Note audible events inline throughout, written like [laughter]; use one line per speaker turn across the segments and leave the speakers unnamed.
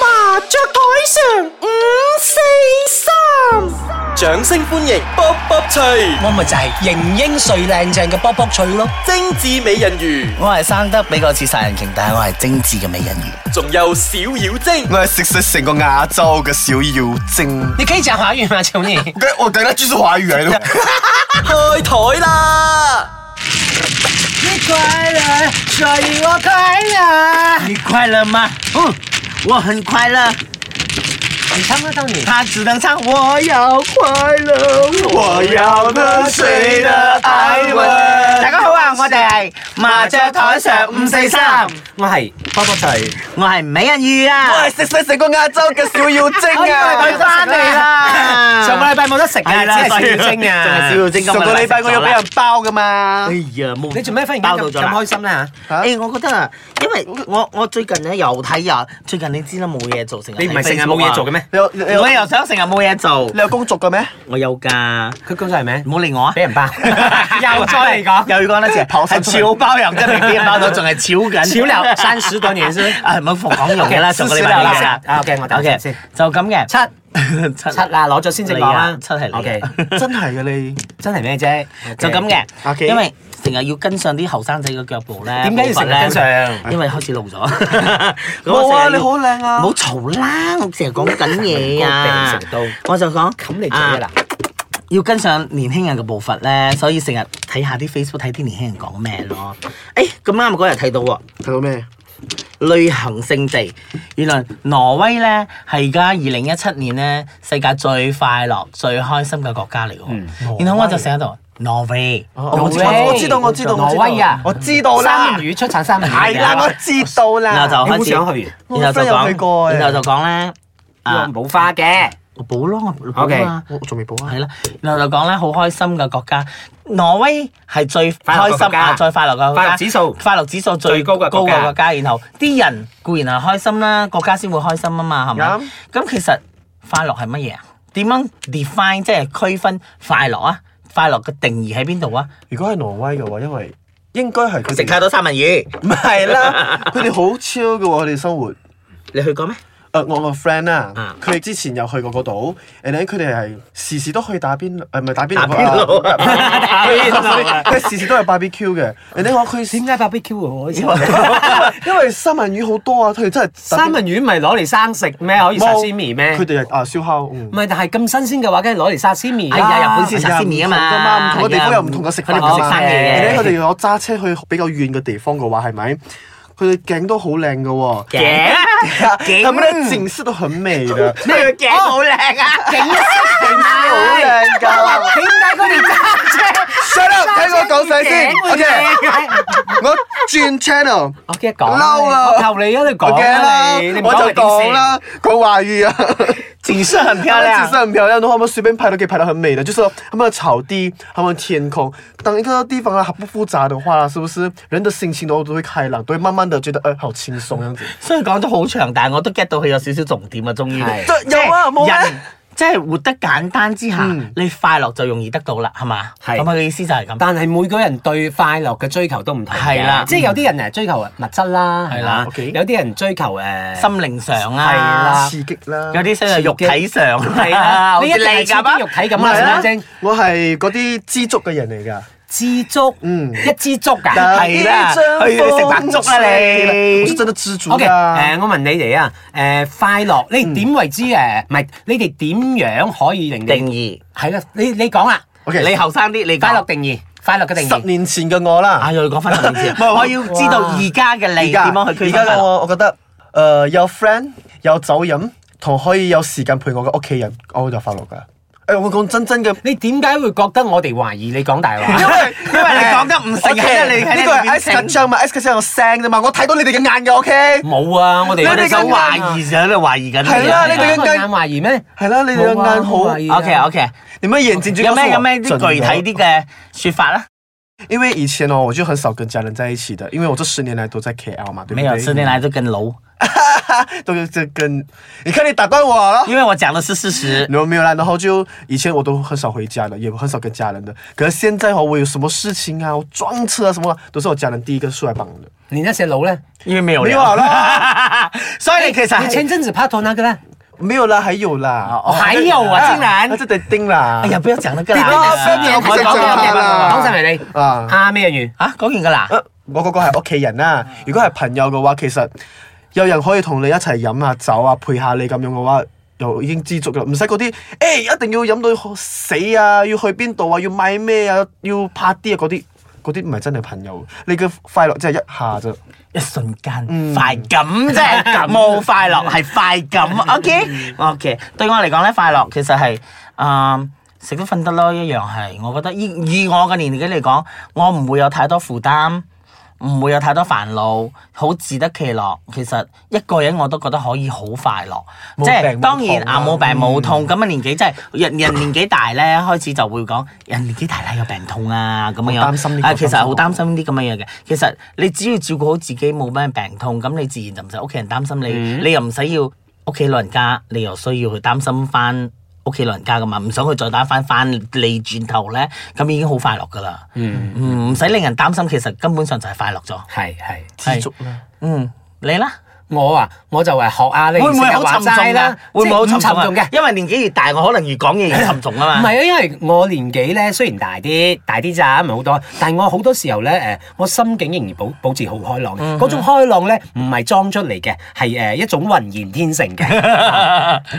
麻雀台上五四三，掌聲歡迎卜卜脆，
我咪就係型英帥靚正嘅卜卜脆咯，
精緻美人魚，
我係生得比較似殺人鯨，但係我係精緻嘅美人魚。
仲有小妖精。
我係食食成個亞洲嘅小妖精。
你可以講華語嗎，求你？
我我等下繼續華語嚟咯。
開台啦！
你快樂，所以我快樂。你快樂嗎？嗯，我很快樂。你唱得到你？他只能唱我要快樂，我要喝水的愛吻。大家好啊，我哋係麻雀台上五四三，我係波波齊，我係美人魚啊，
我係食食成個亞洲嘅小妖精啊！
佢翻嚟啦，上個禮拜冇得食啊，只係小妖精啊，仲係小妖精
上個禮拜我有俾人包噶嘛
哎。呀，冇！你做咩忽然間咁咁開心咧
嚇
誒、我覺得啊，因為我我最近咧又睇啊，最近你知啦冇嘢做，成日睇 Facebook 啊？
咩？
你有你有
我又想成日冇嘢做
你，有工作嘅咩？
我有㗎，
佢講咗係咩
唔？好理我啊！
人 [laughs] 包，
[laughs]
又再嚟講，
又要講一次，係潮包又真係俾人包到，仲係潮緊。
少流三十多年先。
[laughs] 啊，唔好逢講用嘅啦，上個禮拜
少少
嚟
啦
啦。
啊，OK，我等
OK，
陣先
就咁嘅。
七
[laughs] 七
七啊，攞咗先正講啦。
你啊七係你啊
OK， [laughs]
真係嘅你。
真係咩啫？
[laughs] 就咁。
OK
嘅，因為成日要跟上啲後生仔嘅腳步咧。
點解要成日
步伐呢
跟上
因為開
[laughs]
始老咗。
冇
[laughs] 我
啊，
成日要
你好靚啊！
冇嘈啦，我成日講緊
[laughs]
嘢
我
啊
病成都，
我就講
咁你做咩啦
啊？要跟上年輕人嘅步伐咧，所以成日睇下啲 Facebook 睇啲年輕人講咩咯。誒咁啱嗰日睇到喎，
睇到咩？
旅行勝地，原來挪威咧係而家二零一七年咧世界最快樂、最開心嘅國家嚟嘅喎。
嗯
然後我就寫喺度挪威，
哦我知道，我知道，我知道，我
挪
知道
威啊
我知道
三
啦
文。魚出產三文魚。
係啦，我知道啦。
然後就開始，
你好想去
我
然後
friend
就
有去
講，
過啊
然後就講咧啊，
冇花嘅。
我補咯，我補啊嘛。
我仲未補啊。
係啦，然後就講咧，好開心嘅國家，挪威係最開
快樂國
心
家
啊，最快樂嘅國家
快樂指數
快樂指數
最
最
高
高
嘅
嘅
國家
國家。然後啲人固然係開心啦，國家先會開心啊嘛，係咪
啱？
咁其實快樂係乜嘢啊？點樣 à? define 即係區分快樂啊？快樂嘅定義喺邊度啊？
如果係挪威嘅話，因為應該係佢
食
哋
太多三文魚，
唔係啦，佢哋好超嘅喎，佢哋生活。
你去過咩？
誒、我個 friend 啊
啊，
佢哋之前有去過嗰度，and then 佢哋係時時都去打邊爐，誒呃唔係打邊
打
爐，
邊爐啊
[laughs]
À,
打邊爐佢哋時時都有 BBQ 嘅，and then 我佢
點解 BBQ [laughs]
因為三文魚好多啊，佢哋真係打邊
三文魚唔係攞嚟生食咩？可以
冇
sashimi 咩？
佢哋係啊燒烤，嗯
唔係，但係咁新鮮嘅話，梗係攞嚟 sashimi 啦。
哎呀，日本先食
係啊
鮮面啊
唔同㗎嘛
嘛，
唔同嘅地方
係啊
有唔同嘅食法
佢哋唔食
㗎嘛
生
誒
，and then
嘢
佢
嘅。
哋我揸車去比較遠嘅地方嘅話係咪？佢哋頸都好靚嘅喎，
嘅
佢哋嘅景色都很美嘅，
咩嘅好靚啊！
點解
好靚㗎。
佢哋揸車？
Shut up！睇我講晒先，OK，我轉 channel。
我驚講
嬲啊
我求你啊！你
O
講
K 啦
啊你，你，唔
我就
講
講啦，講華語啊，
景色很漂
它
亮
景色。很漂亮的话，我们随便拍都可以拍得很美的，就是他们的草地，他们的天空，当一个地方啊它不复杂的话，是不是人的心情都都会开朗，都会慢慢的觉得，呃，好轻松这样子。
雖然講咗好長，但係我都 get 到佢有少少重點啊！終於
係
即係有啊冇咩嗯
人即係活得簡單之下，你快樂就容易得到啦，係嘛？
係
咁啊，嘅意思就係咁。
但係每個人對快樂嘅追求都唔同嘅
係啦
即係有啲人誒呃追求物質啦，係啦
係啦
，OK
有啲人追求呃誒
心靈上
係啦
啊，
刺激啦，
有啲想係肉體上
係
[laughs]
啦，
好
呢
似
一定係
你
刺
咁啊
激肉體咁
唔係
啦，
啦
小晶，
我係嗰啲知足嘅人嚟㗎。
知足，
嗯
一知足啊㗎，
但 [laughs] 係啦
第一張
去食白粥啦你
我是真的知足
O K，
㗎。
誒，我問你哋啊，誒，快樂，你點為之誒？唔係，你哋點樣可以令
定
你
義。
係啦？你你講啦，
OK，
你後生啲，你講
快樂。定義，快樂嘅定
十
義，
年前嘅我啦
啊，。又要講翻十年
[laughs]
前，
唔係
我要知道
哇
而家嘅你
而
點
家
樣去區
而
分啊
家
快
嘅
樂。
我，我覺得誒、呃有 friend 有酒飲，同可以有時間陪我嘅屋企人，我就快樂㗎。誒、我講真
[laughs]
真嘅。
你點解會覺得我哋懷疑你講大 [laughs]
因
話？
為因為
你講得唔誠實啊你喺
呢
呢
個係
邊
S 卡張嘛，S 卡張有聲啫嘛，我睇到你哋嘅眼嘅，OK？
嗯
冇啊，我哋
你
我
哋
哋
嘅
就
眼啊
懷疑就喺度懷疑緊
係
你
啦
啊。
你哋嘅
嘅眼懷疑咩？
係啦，你哋嘅眼好，
冇啊冇懷疑
OK OK，
你乜眼睛
有咩有咩啲具體
啲？
啲嘅説法啦？啊
因为以前哦，我就很少跟家人在一起的，因为我这十年来都在 KL 嘛，对不对？
没有，十年来都跟楼，
[laughs] 都是这跟，你看你打断我了。
因为我讲的是事实。
然后没有啦，然后就以前我都很少回家的，也很少跟家人的。可是现在哦，我有什么事情啊，我撞车啊什么，都是我家人第一个出来帮的。
你那些楼呢？
因为没有
没有
了
啦，
[laughs] 所以你其實
你前
係，
阵子拍拖那个呢？
没有啦，还有啦，
哦还有啊，竟然
那，就得盯啦。
哎呀，不要講那個啦，啊
哦
真係
邊
唔好
邊
講
邊
啦
邊
講晒嚟你
啊
啊咩魚？
啊，講完噶啦，
呃我嗰個係屋企人啦、如果係朋友嘅話，其實有人可以同你一齊飲下酒啊，陪下你咁樣嘅話，又已經知足啦，唔使嗰啲欸誒一定要飲到死啊，要去邊度啊，要買咩啊，要拍啲啊嗰啲。嗰啲唔係真係朋友，你嘅快樂真係一下啫。
一瞬間
嗯
快感
[laughs]
啫，冇快樂係快感，OK，OK，對我嚟講咧，快樂其實係啊。食得瞓得咯，一樣係。我覺得以以我嘅年紀嚟講，我唔會有太多負擔，唔會有太多煩惱，好自得其樂。其實一個人我都覺得可以好快樂，
冇
即係
病冇
當然
痛
啊
啊
冇病冇痛咁嘅年紀，即係人人年紀大咧，開始就會講人年紀大啦有病痛啊咁樣樣。
好擔心呢個
啊其實
擔心
好
嗰個
擔心啲咁嘅嘢嘅。其實你只要照顧好自己，冇咩病痛，咁你自然就唔使屋企人擔心你，你又唔使要屋企老人家，你又需要去擔心翻。屋企老人家噶嘛，唔想佢再打翻翻你轉頭咧，咁已經好快樂噶啦。
嗯，
嗯，唔使令人擔心，其實根本上就係快樂咗。
係係。
知足啦，
嗯，你啦，
我啊，我就係學阿你
會唔會好
成日話
沉重
齋
㗎
啦？？
會唔會好
即係
沉
唔
重啊
重嘅？
因為年紀越大，我可能越講嘢越沉重啊嘛。
[laughs] 唔
[laughs]
係啊，因為我年紀咧雖然大啲，大啲咋，唔係好多，但係我好多時候咧，誒、我心境仍然保保持好開朗
嗯
嘅，嗰、種開朗咧唔係裝出嚟嘅，係誒、一種渾然天成
[laughs]
嘅，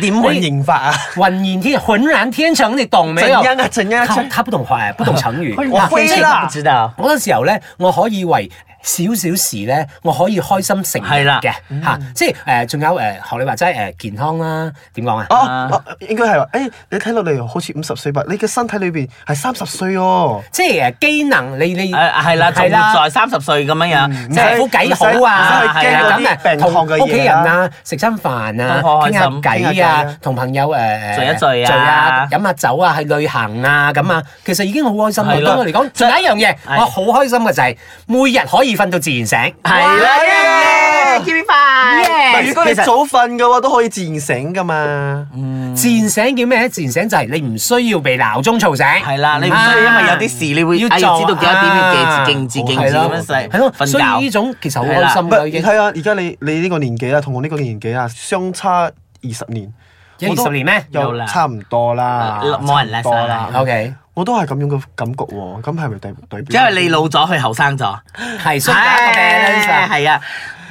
點運營法啊？
渾然天渾然天成，你懂
[laughs]
沒有？
怎樣啊怎樣啊
他他不懂
[laughs]
話，不懂成語。
我飛啦
唔知道。
嗰陣時候咧，我可以為少少事咧，我可以開心成
係
日
啦嗯
嘅嚇，即係誒，仲有誒學你話齋誒健康啦，點講啊？
哦，哦應該係話，誒你睇落嚟好似五十歲吧，你嘅身體裏邊係三十歲哦。
即係誒機能，你你
誒係啦，仲活在三十歲咁樣樣，
即
即
係
係
好計好啊，
唔使唔使
係
驚
啊
嗰啲病痛
同
嘅嘢啊
屋企人啊，食餐飯啊，
都
傾
開心
下
傾
偈
下
啊
偈啊，
同朋友誒
聚一聚啊
飲下酒啊，去旅行啊咁啊，其實已經好開心啦。
係啦
對我嚟講，仲有一樣嘢，
係
我好開心嘅就係每日可以瞓到自然醒。
係啦
哇
，keep me fine。
但如果你
其實
早瞓嘅話，都可以自然醒噶嘛。
自然醒叫咩咧？自然醒就係你唔需要被鬧鐘嘈醒。
係啦，你唔需要因為有啲事，你會
要
哎呀
做
知道幾多點要記住、記住、記
係
住
啦
咁樣細
係咯，所以呢
瞓覺。
種其實好開心
唔
㗎已
係，你
經。
睇下而家你你呢個年紀啊，同我呢個年紀啊，相差二十年，
有
我都
20年咩
有啦呃
又差唔多啦，
冇人
差唔多
less
啦。
OK，
我都係咁樣嘅感覺喎，咁係咪對對比？
因為你老咗，佢後生咗，
係需要有一個 balance 啊
係啊，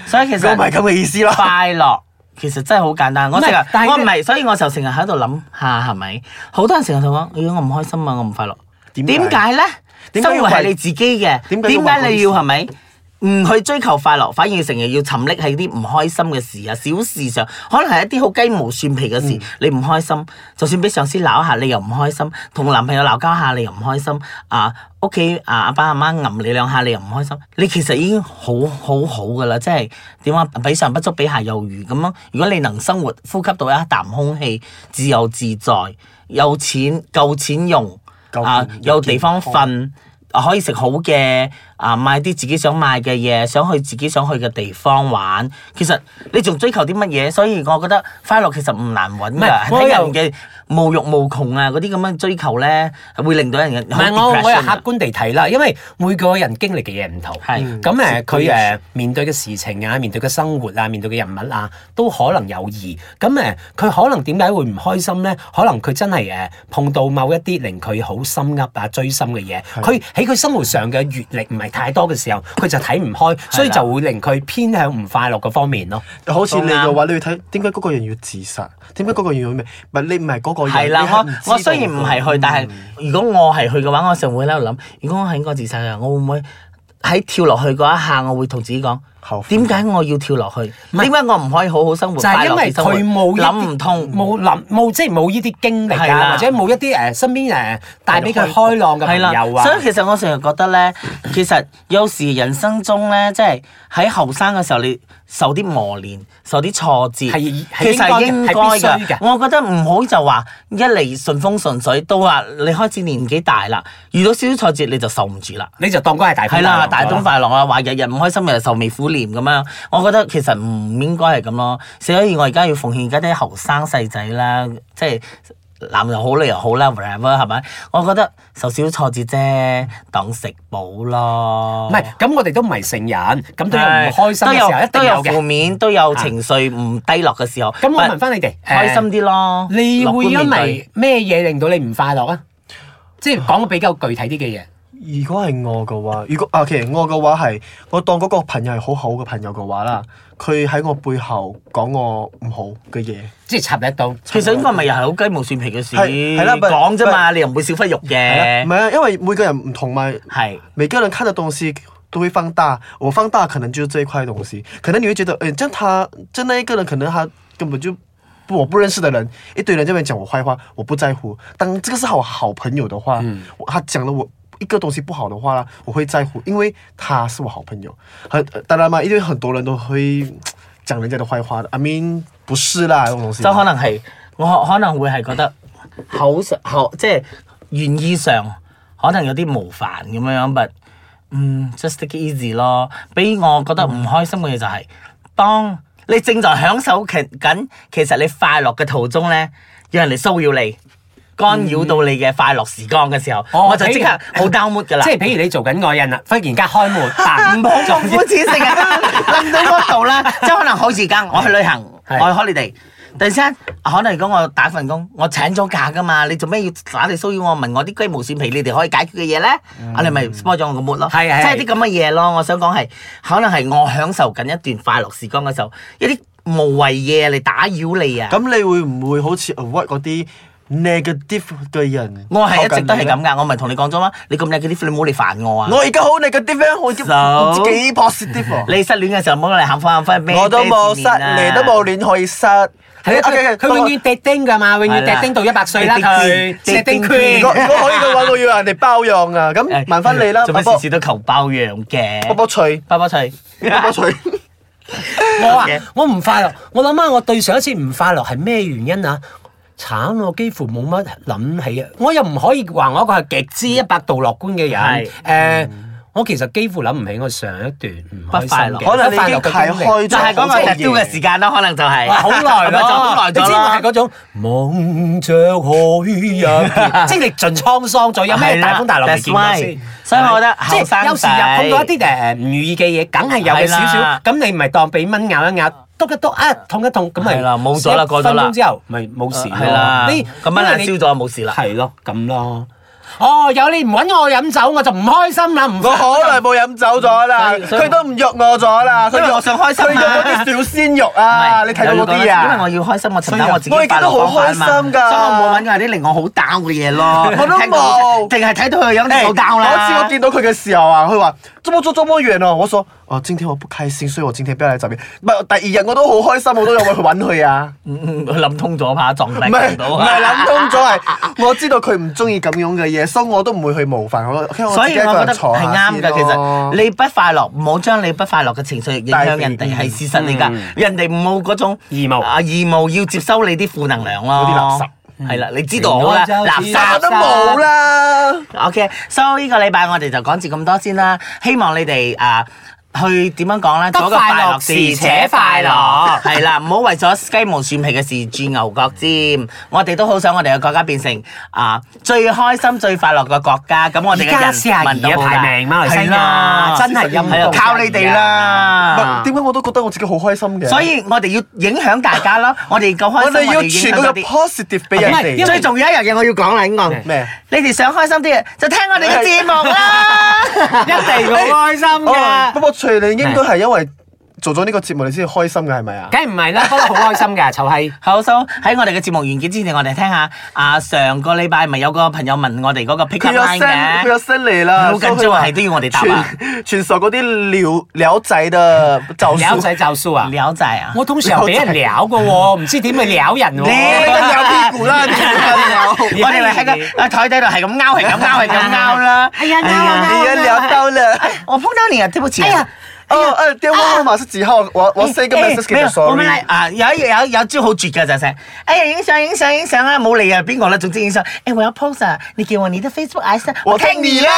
所以其
我唔
實
係咁嘅意思啦。
快樂。其實真係好簡單，我
唔係
成日
但係
我唔係，所以我就成日喺度諗下係咪？好多人成日同我講，哎呀我唔開心啊，我唔快樂。
點解
點解咧？
點解
生
要
活係
為
你自己嘅，
點
點
解要為
解你要
嗰啲事
係咪？唔去追求快樂，反而成日要沉溺喺啲唔開心嘅事啊、小事上，可能係一啲好雞毛蒜皮嘅事，你唔開心，就算俾上司鬧一下，你又唔開心；同男朋友鬧交下，你又唔開心；啊，屋企啊阿爸阿媽揞你兩下，你又唔開心。你其實已經好好好噶啦，即係點啊？比上不足，比下有餘咁樣。如果你能生活呼吸到一啖空氣，自由自在，有錢夠錢用。
夠
啊
健，
有地方瞓，啊可以食好嘅，啊買啲自己想買嘅嘢，想去自己想去嘅地方玩。其實你仲追求啲乜嘢？所以我覺得快樂其實唔難揾
唔係
㗎，
我
睇
又
人嘅無欲無窮啊，嗰啲咁樣追求咧，會令到人嘅
唔係我我又客
黑
觀地睇啦，因為每個人經歷嘅嘢唔同，嗯
係
咁誒佢誒面對嘅事情啊，面對嘅生活啊，面對嘅人物啊，都可能有異。咁誒佢可能點解會唔開心咧？可能佢真係誒碰到某一啲令佢好心噏啊、追心嘅嘢，佢喺佢生活上嘅閲歷唔係太多嘅時候，佢就睇唔開，所以就會令佢偏向唔快樂嗰方面咯。
[laughs] 好似你嘅話，你要睇點解嗰個人要自殺，點解嗰個人要咩？唔係你唔係嗰個人。
係啦
你，係唔知
我我雖然
道嗯
唔係去，
嗯
但係如果我係去嘅話，我就會喺度諗，如果我係應該自殺嘅，我會唔會喺跳落去嗰一下，我會同自己講，
後悔
點解我要跳落去？點解我唔可以好好生活？
就係
快
因
樂
為
地生活
佢冇呢
諗
啲
唔通，
冇諗冇即係冇呢啲經歷
係
啊，
啦
或者冇一啲誒身邊誒帶俾佢開朗嘅朋
係啦
友啊
所。以其實我成日覺得咧，其實有時人生中咧，即係喺後生嘅時候，你受啲磨練、受啲挫折，
係係
其實係
應
應
該
該
嘅係必須
嘅
嘅。
我覺得唔好就話一嚟順風順水，到話你開始年紀大啦，遇到少少挫折你就受唔住啦。
你就當嗰係大風
係啦，大
東
東快樂啊，話日日唔開心，日日愁眉苦臉咁樣。我覺得其實唔應該係咁咯，所以我而家要奉勸而家啲後生細仔啦，即係。男又好，女又好啦，whatever 係咪？我覺得受少挫折啫，當食補咯。
唔係，咁我哋都唔係成人，咁都有唔
係
開心嘅時候，一
都
定有
有負
嘅。啊
面，都有情緒唔低落嘅時候。
咁我問翻你哋，
開心啲咯，
誒你會
樂觀
因
面
為咩嘢令到你唔快樂啊？即係講個比較具體啲嘅嘢。
如果係我嘅話，如果啊，其實我嘅話係，我當嗰個朋友係好好嘅朋友嘅話啦，佢喺我背後講我唔好嘅嘢，
即係插你一刀，
對。其實應該咪又係好雞毛蒜皮嘅事，
係係啦不
講啫嘛，你又唔會少忽肉
係啦
嘅
唔。係啊，因為每個人唔同嘛，
係。
每個人看的東西都會放大，我放大可能就是這一塊東西，可能你會覺得，誒、這樣他，就那一個人，可能他根本就不我不認識的人，一堆人在那邊講我壞話，我不在乎。當這個是我好朋友的話，我他講了我。一個東西不好的話，我會在乎，因為他是我好朋友。很當然嘛，因為很多人都會講人家的壞話的。I mean，不是啦，這種東西。
就可能係我可能會係覺得口上口即係原意上可能有啲冒犯咁樣樣，but 嗯 just take it easy 咯。俾我覺得唔開心嘅嘢就係、當你正在享受其緊，其實你快樂嘅途中咧，有人嚟騷擾你。干擾到你嘅快樂時光嘅時候，
哦
我就即刻好 down mood 噶啦。
即係譬如你做緊愛人啦，忽然間開
[laughs]
門，嗱
唔好
[laughs]
咁膚淺性啊！諗到嗰度啦，即係可能好時間，我去旅行，我
係
去 holiday。第三，可能如果我打份工，我請咗假噶嘛，你做咩要打嚟騷擾我？問我啲雞毛蒜皮，你哋可以解決嘅嘢咧，啊你咪 spoil 咗我個 mood 咯，
係係係
即係啲咁嘅嘢咯。我想講係，可能係我享受緊一段快樂時光嘅時候，一啲無謂嘢嚟打擾你啊。
咁你會唔會好似 avoid 嗰啲 negative 嘅人？
我係一直都係咁。噶，我咪同你講咗啦，你咁靚嗰啲，你唔好嚟煩我啊。
我而家好 negative 啊，我已經唔知
So？
幾 positive 啊
你失戀嘅時候唔好嚟喊苦喊忽，咩
我都冇失，
爹字面啊
你都冇戀可以失。
係啊，佢
OK，OK，
佢永遠跌釘㗎嘛，永遠跌釘到一百歲啦佢，
跌
跌
釘
釘
如果
queen。
如果可以嘅話，我要人哋包養
[laughs]
啊。
誒
咁問翻你啦，
做
波
咩事
波
事都求包養嘅？
波波脆，
包包脆，
波波脆。
我啊
Okay，
我唔快樂，我諗下我對上一次唔快樂係咩原因啊？慘，我幾乎冇乜諗起啊！我又唔可以話我一個係極之一百度樂觀嘅人
係。
誒，我其實幾乎諗唔起我上一段唔開心嘅
不
可能你已
不快
經
樂嘅
排
經歷
開
就係
咗
講個
好多
日雕嘅
嘢
時間咯，可能就係
哇好耐
係咪
咯，
[laughs] 就好耐
你知
咗
我係
啦。
嗰種望着海入，即係歷盡滄桑咗，有咩大風大浪未見過
係
先
啦？，that's why，所以我覺得
即
後生
係有時
仔
又碰到一啲誒唔如意嘅嘢，梗係有嘅
係
少
啦
少，咁你咪當俾蚊咬一咬，篤一篤啊，痛一痛，咁咪
係啦冇咗啦
一
過咗啦
分鐘之後咪冇事咯
係啦
你
咁蚊
因為
爛
你
燒咗冇事啦。
係咯，咁咯。哦，有你唔揾我飲酒，我就唔開心啦，唔
我好耐冇飲酒咗啦，
所以所以
佢都唔約我咗啦，
因為我想開心
佢
嘛
約嗰啲小鮮肉啊，你睇到嗰啲
因為我
啊？
要開心，我尋找我自己
我而家
快
都
樂
好開
方法啊
心
嘛。
㗎
所以我冇揾佢啲令我好 down 嘅嘢咯。
我都冇
聽到淨係睇到佢有
哎
啲好 down
我次
啦。
我見到佢嘅時候啊，佢話做乜做做乜遠啊？我說哦，今天我不開心，所以我今天不要嚟這邊。唔係第二日我都好開心，我都有去揾佢 [laughs] 啊。
嗯嗯佢諗通咗怕撞
唔
壁
係
撞到
唔係諗通咗係，我知道佢唔中意咁樣嘅嘢，所以我都唔會去冒犯我。OK，
所以我覺得係啱
嘅
嘅，其實你不快樂，唔好將你不快樂嘅情緒影響人哋，係事實嚟
嗯
㗎。人哋冇嗰種
義務
啊義務要接收你啲負能量咯。
嗰啲垃圾
係啦，你知道
嗯
好啦，
原來就
垃
是
圾
我都冇啦。
OK，所以呢個禮拜我哋就講至咁多先啦。希望你哋啊去點樣講咧？
得
做一個
快
快
樂
樂
時
事
且
且
快
快
樂
樂， [laughs] 係啦，唔好為咗雞毛蒜皮嘅事鑽牛角尖。我哋都好想我哋嘅國家變成啊最開心、最快樂嘅國家。咁我哋
而
嘅
家
人
42
民都好啦
排名馬來西亞
係啦
真係陰功
係啊靠你哋啦
唔係。啊點解我都覺得我自己好開心嘅？
所以我哋要影響大家咯，我哋夠開
我
心，
哋要
影
傳
響
嗰
多
個
啲
positive 俾人
唔係因
哋。
最重要一樣嘢我要講啦，英文
咩？
你哋想開心啲嘅，就聽我哋嘅節目啦。
一定好開心
哦
㗎，
不。過翠你應該係因為做咗呢個節目，你先至開心嘅係咪啊？
梗唔係啦，不嬲好開心㗎，臭閪。
好，so 喺我哋嘅節目完結之前，我哋聽下啊上個禮拜咪有個朋友問我哋嗰個 pick
佢
up
有
line
聲，佢有
嘅，
聲嚟啦，
好緊張啊
所以佢話
係都要我哋答啊
全全熟嗰啲撩撩仔的就
撩仔就數啊！
了仔啊，
我通常俾人撩嘅喎，
[laughs]
唔知點去撩人喎。
撩屁股啦，你撩
我哋咪喺個啊台底度係咁勾，係咁勾，係咁勾啦。
哎呀
哎呀
勾啊勾啊
你要撩到了。
我碰到你啊，對不起啊。
哎呀
哦，呃，電話號碼是幾號？我我 send 個
哎沒
message 給
有
你
我們來
，sorry。
啊，有一有有招好絕嘅就係，哎呀影相影相影相啊，冇理啊邊個啦，總之影相。哎，我要 post 啊，你給我你的 Facebook 啊 ID，
我聽你啦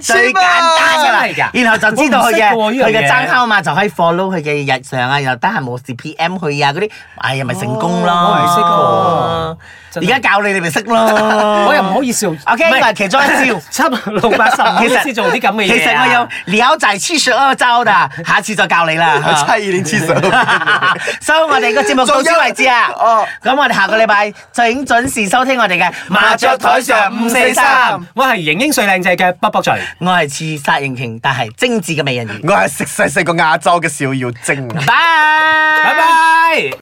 最簡單㗎
哎真係㗎
啦。然後就知道佢嘅
我唔識喎呢
佢
樣嘢
嘅爭烤嘛，就可以 follow 佢嘅日常啊，又得閒冇事 PM 佢啊嗰啲，哎呀咪成功咯。
哦我唔識喎
而家教你你咪識咯。
[laughs] 我
我
又唔好意思。
OK，
唔係
呢個係其中一招。
七六八十五先做啲咁嘅嘢啊。
其實我有了解七十二招的，下次就教你
[laughs]
啦。
差二零七十。 [laughs]
[laughs] 所以我哋個節目到此為止啊！
哦
咁我哋下個禮拜請準時收聽我哋嘅麻雀台上五四三，
嗯我係型英最靚仔嘅卜卜嘴。
我係刺殺刑瓊，但係精緻嘅美人魚。
啊我係食晒成個亞洲嘅小妖精。
拜
拜拜。